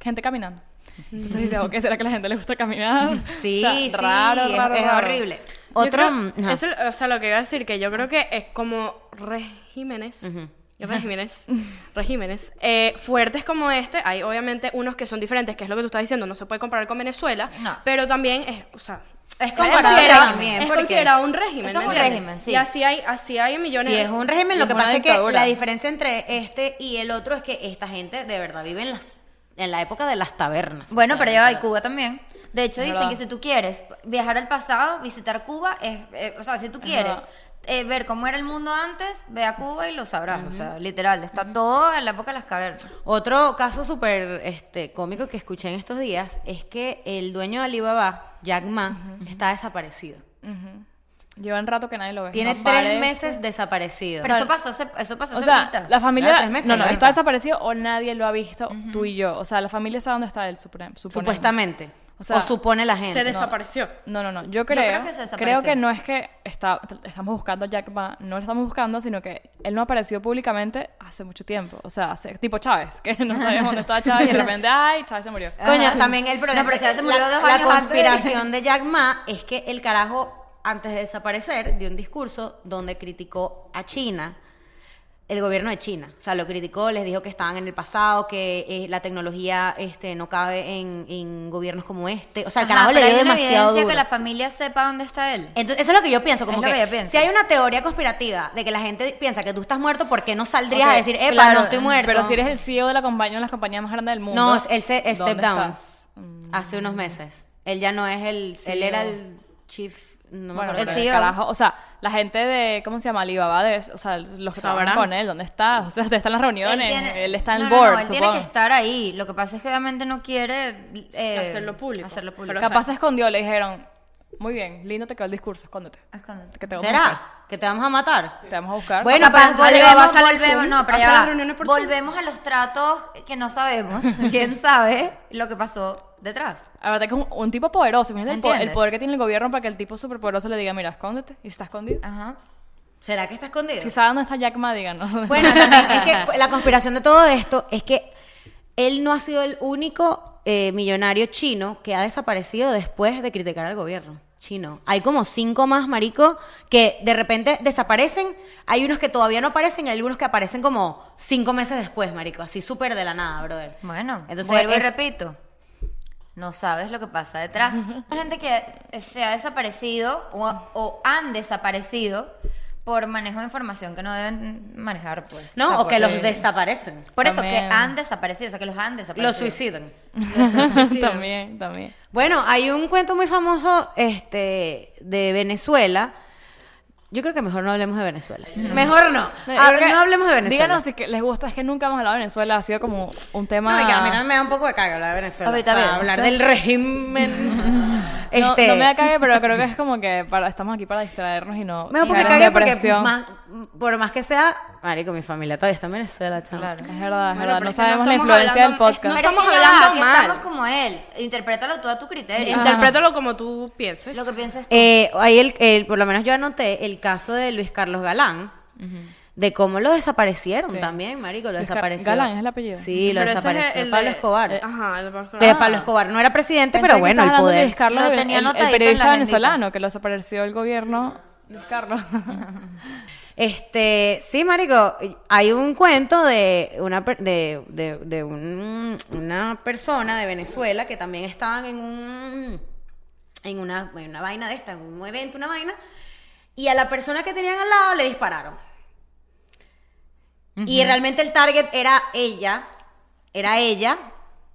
C: gente caminando. Entonces dice, ok, ¿será que a la gente le gusta caminar?
A: [LAUGHS] Sí,
C: O sea,
A: sí,
C: raro,
A: es,
C: raro,
A: es
C: raro.
A: horrible.
B: Yo
A: Otro, mm,
B: creo-
A: ajá.
B: eso, o sea, lo que iba a decir, que yo creo que es como regímenes. [LAUGHS] Regímenes, regímenes eh, fuertes como este, hay obviamente unos que son diferentes, que es lo que tú estás diciendo, no se puede comparar con Venezuela,
D: No.
B: pero también es, o sea,
A: Es
D: Pero
B: es
A: comparable
D: considerado-
A: también.
B: es
A: porque
B: considerado un régimen,
D: Eso es
B: ¿me
D: un
B: entiendes?
D: régimen, sí.
B: Y así hay, así hay millones.
A: Si es un régimen, lo
C: Es
A: que
C: una
A: pasa es que
C: dictadura.
A: la diferencia entre este y el otro es que esta gente de verdad vive en las en la época de las tabernas.
D: Bueno,
A: O sea,
D: pero ya va y Cuba también. De hecho, dicen
C: verdad.
D: que si tú quieres viajar al pasado, visitar Cuba, es, eh, o sea, si tú quieres
C: verdad.
D: eh, ver cómo era el mundo antes, ve a Cuba y lo sabrás. O sea, literal, está todo en la época de las cavernas.
A: Otro caso súper este, cómico que escuché en estos días es que el dueño de Alibaba, Jack Ma, está desaparecido.
C: Lleva un rato que nadie lo ve.
A: Tiene
C: Pues No
A: tres
C: aparece.
A: meses desaparecido.
D: Pero eso pasó, hace- eso pasó
C: O
D: hace
C: sea,
D: ahorita.
C: la
A: Lleva
C: familia
A: tres meses,
C: no, no,
A: ahorita.
C: está desaparecido o nadie lo ha visto, tú y yo. O sea, la familia sabe dónde está él, supone- suponemos.
A: supuestamente. O,
C: O sea,
A: supone la gente.
B: se desapareció.
C: No, Eh, no, no. Yo creo,
D: creo
C: creo,
D: que se
C: que,
D: desapareció.
C: no es que está, estamos buscando a Jack Ma, no lo estamos buscando, sino que él no apareció públicamente hace mucho tiempo. O sea, hace- tipo Chávez, que [LAUGHS] no sabíamos dónde estaba Chávez y de repente, ay, Chávez se murió.
A: Coño,
D: Ajá.
A: también el problema.
D: No, pero ya se murió
A: la,
D: dos
A: la
D: años antes de-
A: conspiración de Jack Ma es que el carajo, antes de desaparecer, dio un discurso donde criticó a China, el gobierno de China. O sea, lo criticó, les dijo que estaban en el pasado, que eh, la tecnología este, no cabe en, en gobiernos como este. O sea, el
D: Ajá,
A: carajo
D: pero
A: le
D: hay
A: dio
D: una
A: demasiado
D: evidencia
A: duro.
D: que la familia sepa dónde está él.
A: Entonces, eso es lo que yo pienso, como
D: Es lo
A: que,
D: que yo pienso.
A: si hay una teoría conspirativa de que la gente piensa que tú estás muerto, ¿por qué no saldrías
C: Ok,
A: a decir, epa,
D: claro,
A: no estoy muerto?
C: Pero si eres el CEO de la compañía, una de las compañías más grandes del mundo.
A: No, él se
C: ¿dónde
A: step down
C: estás? Mm,
A: hace unos meses. Él ya no es el, él
C: CEO.
A: era el chief, no me
C: bueno,
A: acuerdo.
C: pero
D: el CEO.
C: carajo, o sea, la gente de, ¿cómo se llama? Alibaba, de, o sea, los que
B: Sabrán.
C: trabajan con él, ¿dónde está? O sea, está en las reuniones, él,
D: tiene-
C: está en
D: no,
C: el
D: no, no,
C: board,
D: él
C: supongo.
D: tiene que estar ahí. Lo que pasa es que obviamente no quiere eh,
B: Hacerlo público.
D: Hacerlo
B: Pero,
D: público.
B: o sea,
C: Capaz se escondió, le dijeron, muy bien, lindo te quedó el discurso, escóndete.
D: Escóndete.
C: Que te vamos a buscar.
A: ¿Será? ¿Que te vamos a matar?
C: Te vamos a buscar.
A: Bueno,
D: Bueno,
A: capaz
D: volvemos,
B: vas a las
D: volvemos,
B: Zoom,
D: no, pero
B: vas
D: ya
B: a
D: va.
B: las reuniones por Zoom.
D: volvemos a los tratos que no sabemos, quién sabe lo que pasó detrás.
C: La verdad que es un, un tipo poderoso. Imagínate el po- el,
D: ¿Entiendes?
C: poder que tiene el gobierno para que el tipo superpoderoso le diga, mira, escóndete. Y si está escondido.
A: Ah.
D: Ajá.
A: ¿Será que está escondido?
C: Si sabe dónde está Jack Ma, díganos.
A: Bueno, también es que la conspiración de todo esto es que él no ha sido el único eh, millonario chino que ha desaparecido después de criticar al gobierno chino. Hay como cinco más, marico, que de repente desaparecen. Hay unos que todavía no aparecen y hay algunos que aparecen como cinco meses después, marico. Así súper de la nada, brother.
D: Bueno,
A: Entonces,
D: vuelvo y
A: es-
D: repito. No sabes lo que pasa detrás. Hay gente que se ha desaparecido o, o han desaparecido por manejo de información que no deben manejar, pues.
A: No,
D: O sea,
A: o que
D: por-
A: los desaparecen.
D: Por eso, que
C: También.
D: han desaparecido, o sea, que los han desaparecido.
A: Los suicidan.
C: [LAUGHS]
A: [LAUGHS]
C: también, también.
A: Bueno, hay un cuento muy famoso este, de Venezuela. Yo creo que mejor no hablemos de Venezuela. Mejor no.
C: yo
A: Ah,
C: creo que-
A: no hablemos de Venezuela.
C: Díganos si que les gusta. Es que nunca hemos hablado de Venezuela. Ha sido como un tema...
A: No, y que a mí también me da un poco de caga hablar de Venezuela.
D: A mí
A: O sea,
D: también.
A: hablar del régimen. este,
C: No, no me da cague, pero creo que es como que para, estamos aquí para distraernos y no...
A: me da un poco de
C: caer en
A: caga porque
C: depresión.
A: más- por más que sea, marico, mi familia todavía está en Venezuela, chaval.
D: Claro.
C: Es verdad, es
B: Bueno,
C: verdad.
B: pero
C: No
B: es que no
C: sabemos la
B: estamos hablando-
C: influencia del
B: es-
C: podcast.
B: no
D: Pero es
B: estamos
D: que ya va,
B: hablando
D: aquí
B: mal.
D: Estamos como él. Interprétalo tú a tu criterio.
B: Eh, Interprétalo como tú pienses.
D: ah. Lo que piensas tú.
A: Eh, ahí el, el- por lo menos yo anoté el caso de Luis Carlos Galán. De cómo lo desaparecieron
C: Sí.
A: también, marico, lo
C: Luis Car-
A: desapareció.
C: Galán es el apellido. Ah.
A: Sí, lo
B: Pero ese es
A: desapareció
B: el
A: Pablo
B: de-
A: Escobar.
B: eh, Ajá, el de Pablo
A: Pero
B: Escobar.
A: Pablo Escobar no era presidente,
C: Pensé
A: pero
C: que
A: bueno,
C: estabas
A: el
C: hablando de Luis
A: poder.
C: Carlos,
D: Lo
C: el-
D: tenía
C: el,
D: anotadito en la
C: periodista
D: agendita.
C: venezolano que lo desapareció el gobierno. Luis Carlos.
A: Este, sí, marico, hay un cuento de una per- de, de- de un- una persona de Venezuela que también estaban en un en una, en una vaina de esta, en un evento, una vaina, y a la persona que tenían al lado le dispararon. Y realmente el target era ella, era ella,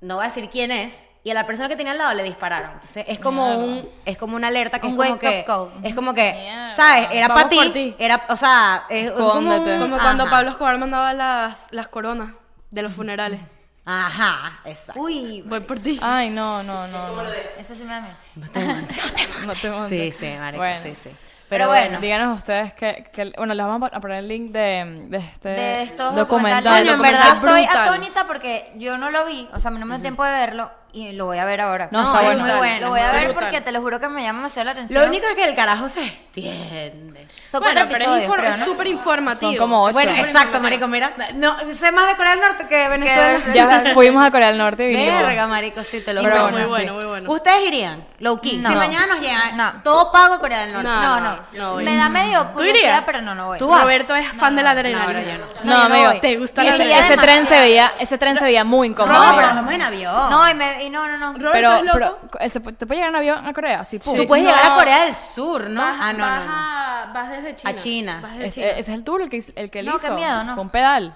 A: no voy a decir quién es, y a la persona que tenía al lado le dispararon. Entonces es como
C: Mierda.
A: un es como una alerta que
D: Un
A: es como
D: wake-up
A: que
D: call.
A: es como que
C: Mierda.
A: sabes, era
B: Vamos
A: para ti,
B: por ti.
A: era, o sea, es es como,
C: Escóndete.
A: un-
B: Ah, Como cuando
A: ajá.
B: Pablo Escobar mandaba las, las coronas de los funerales.
A: Ajá, exacto.
D: Uy,
B: Voy por ti.
C: Ay, no, no, no. no.
D: eso sí me da miedo.
C: No te
A: Sí,
C: montes.
A: sí, marico,
C: Bueno.
A: sí, sí.
D: Pero
A: Pero
D: bueno.
A: bueno,
C: Díganos ustedes que, que- bueno, les vamos a poner el link de, de este
D: De estos
C: documental.
D: documentales.
A: Coño, en
D: Yo
A: verdad
D: estoy
B: brutal.
D: atónita porque yo no lo vi, o sea, no me dio tiempo de verlo y lo voy a ver ahora.
C: No, está
A: es
C: bueno.
A: muy bueno.
D: Lo voy a
A: es muy
D: ver
A: bueno.
D: porque te lo juro que me llama demasiado la atención.
A: Lo único es que el carajo se extiende.
D: son
B: bueno,
D: cuatro
B: pero es
D: episodios,
B: infor-
D: creo,
B: es
D: ¿no?
B: súper informativo.
C: Son como ocho.
A: Bueno,
C: Súper
A: exacto, marico, mira. No, sé más de Corea del Norte que de Venezuela.
D: Venezuela.
C: Ya fuimos a Corea del Norte y vinimos.
A: Verga, marico, sí, te lo
C: Pero
A: juro.
B: muy
C: bueno,
B: bueno,
C: sí.
B: muy bueno.
A: Ustedes irían, low key.
D: No.
A: Si mañana nos llegan,
D: No.
A: todo pago Corea del Norte.
B: No.
D: No,
B: no,
D: no.
B: no voy.
D: me da medio curiosidad,
B: irías?
D: pero no, no voy.
A: ¿Tú vas?
B: Roberto es fan de la adrenalina.
A: ahora yo no.
D: yo
C: No, amigo,
D: voy.
B: ¿te gusta
D: Me
B: la
C: ese,
D: iría
B: realidad?
C: ese tren se
D: demasiado.
C: veía, ese tren se veía muy incómodo.
A: No,
C: amigo.
A: pero vamos en avión.
D: No, y, me, y no, no, no.
B: Roberto
C: pero,
B: es loco.
C: pero, ¿se pu- ¿te puede llegar en avión a Corea? Sí, pum.
A: Tú puedes llegar a
B: No.
A: Corea del Sur, ¿no?
B: Vas,
A: ah, no,
B: vas,
A: no, no.
B: a- vas desde China.
A: A China.
B: Vas desde
C: Es-
B: China.
C: Ese es el tour el que, hizo- el que él
D: No, qué
C: hizo.
D: miedo, no.
C: Fue un pedal.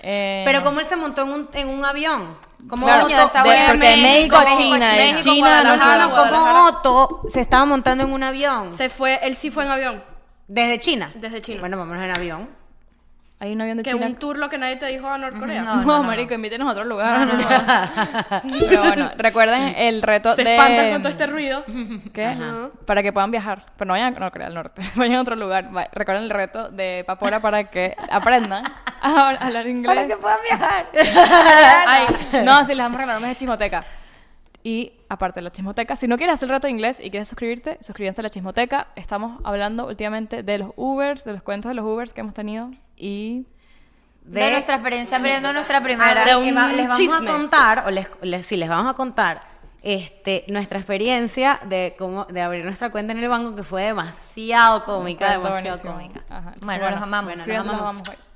C: Eh,
A: Pero como él se montó en un, en un avión. ¿Cómo
D: Claro,
A: Otto?
D: coño, está
C: de-
D: bueno.
C: Porque de México a
D: México,
C: China, de
B: México,
C: China no
A: No,
B: Guadalajara,
C: sé.
A: no, ¿cómo
B: Guadalajara.
A: Otto se estaba montando en un avión?
B: Se fue, él sí fue en avión.
A: ¿Desde China?
B: Desde China.
A: Bueno, vámonos en avión.
C: Hay un avión de
B: Que
C: China.
B: un tour lo que nadie te dijo a Norcorea.
C: No, marico, invítenos a otro lugar. [LAUGHS] Pero bueno, recuerden el reto
B: Se
C: de...
B: espantan con todo este ruido.
C: ¿Qué? Para que puedan viajar. Pero no vayan a Corea del Norte. [LAUGHS] Vayan a otro lugar. Va- Recuerden el reto de Papora para que aprendan a a hablar inglés.
D: Para que puedan viajar.
C: [LAUGHS] Ay, no, si les vamos a regalar un mes de chismoteca. Y aparte de la chismoteca, si no quieres hacer el reto de inglés y quieres suscribirte, suscríbanse a la chismoteca. Estamos hablando últimamente de los Ubers, de los cuentos de los Ubers que hemos tenido. Y
D: De,
A: De-
D: nuestra experiencia, aprendiendo nuestra primera.
A: Ahora
B: de
A: les
B: un
A: va- les vamos
B: chisme.
A: a contar, o les, les- sí, les vamos a contar este, nuestra experiencia de cómo de abrir nuestra cuenta en el banco que fue demasiado cómica,
C: Cuento
A: demasiado
C: buenísimo.
A: cómica.
C: Ajá.
D: Bueno, los amamos.
C: Suscríbanse, los amamos. Bye.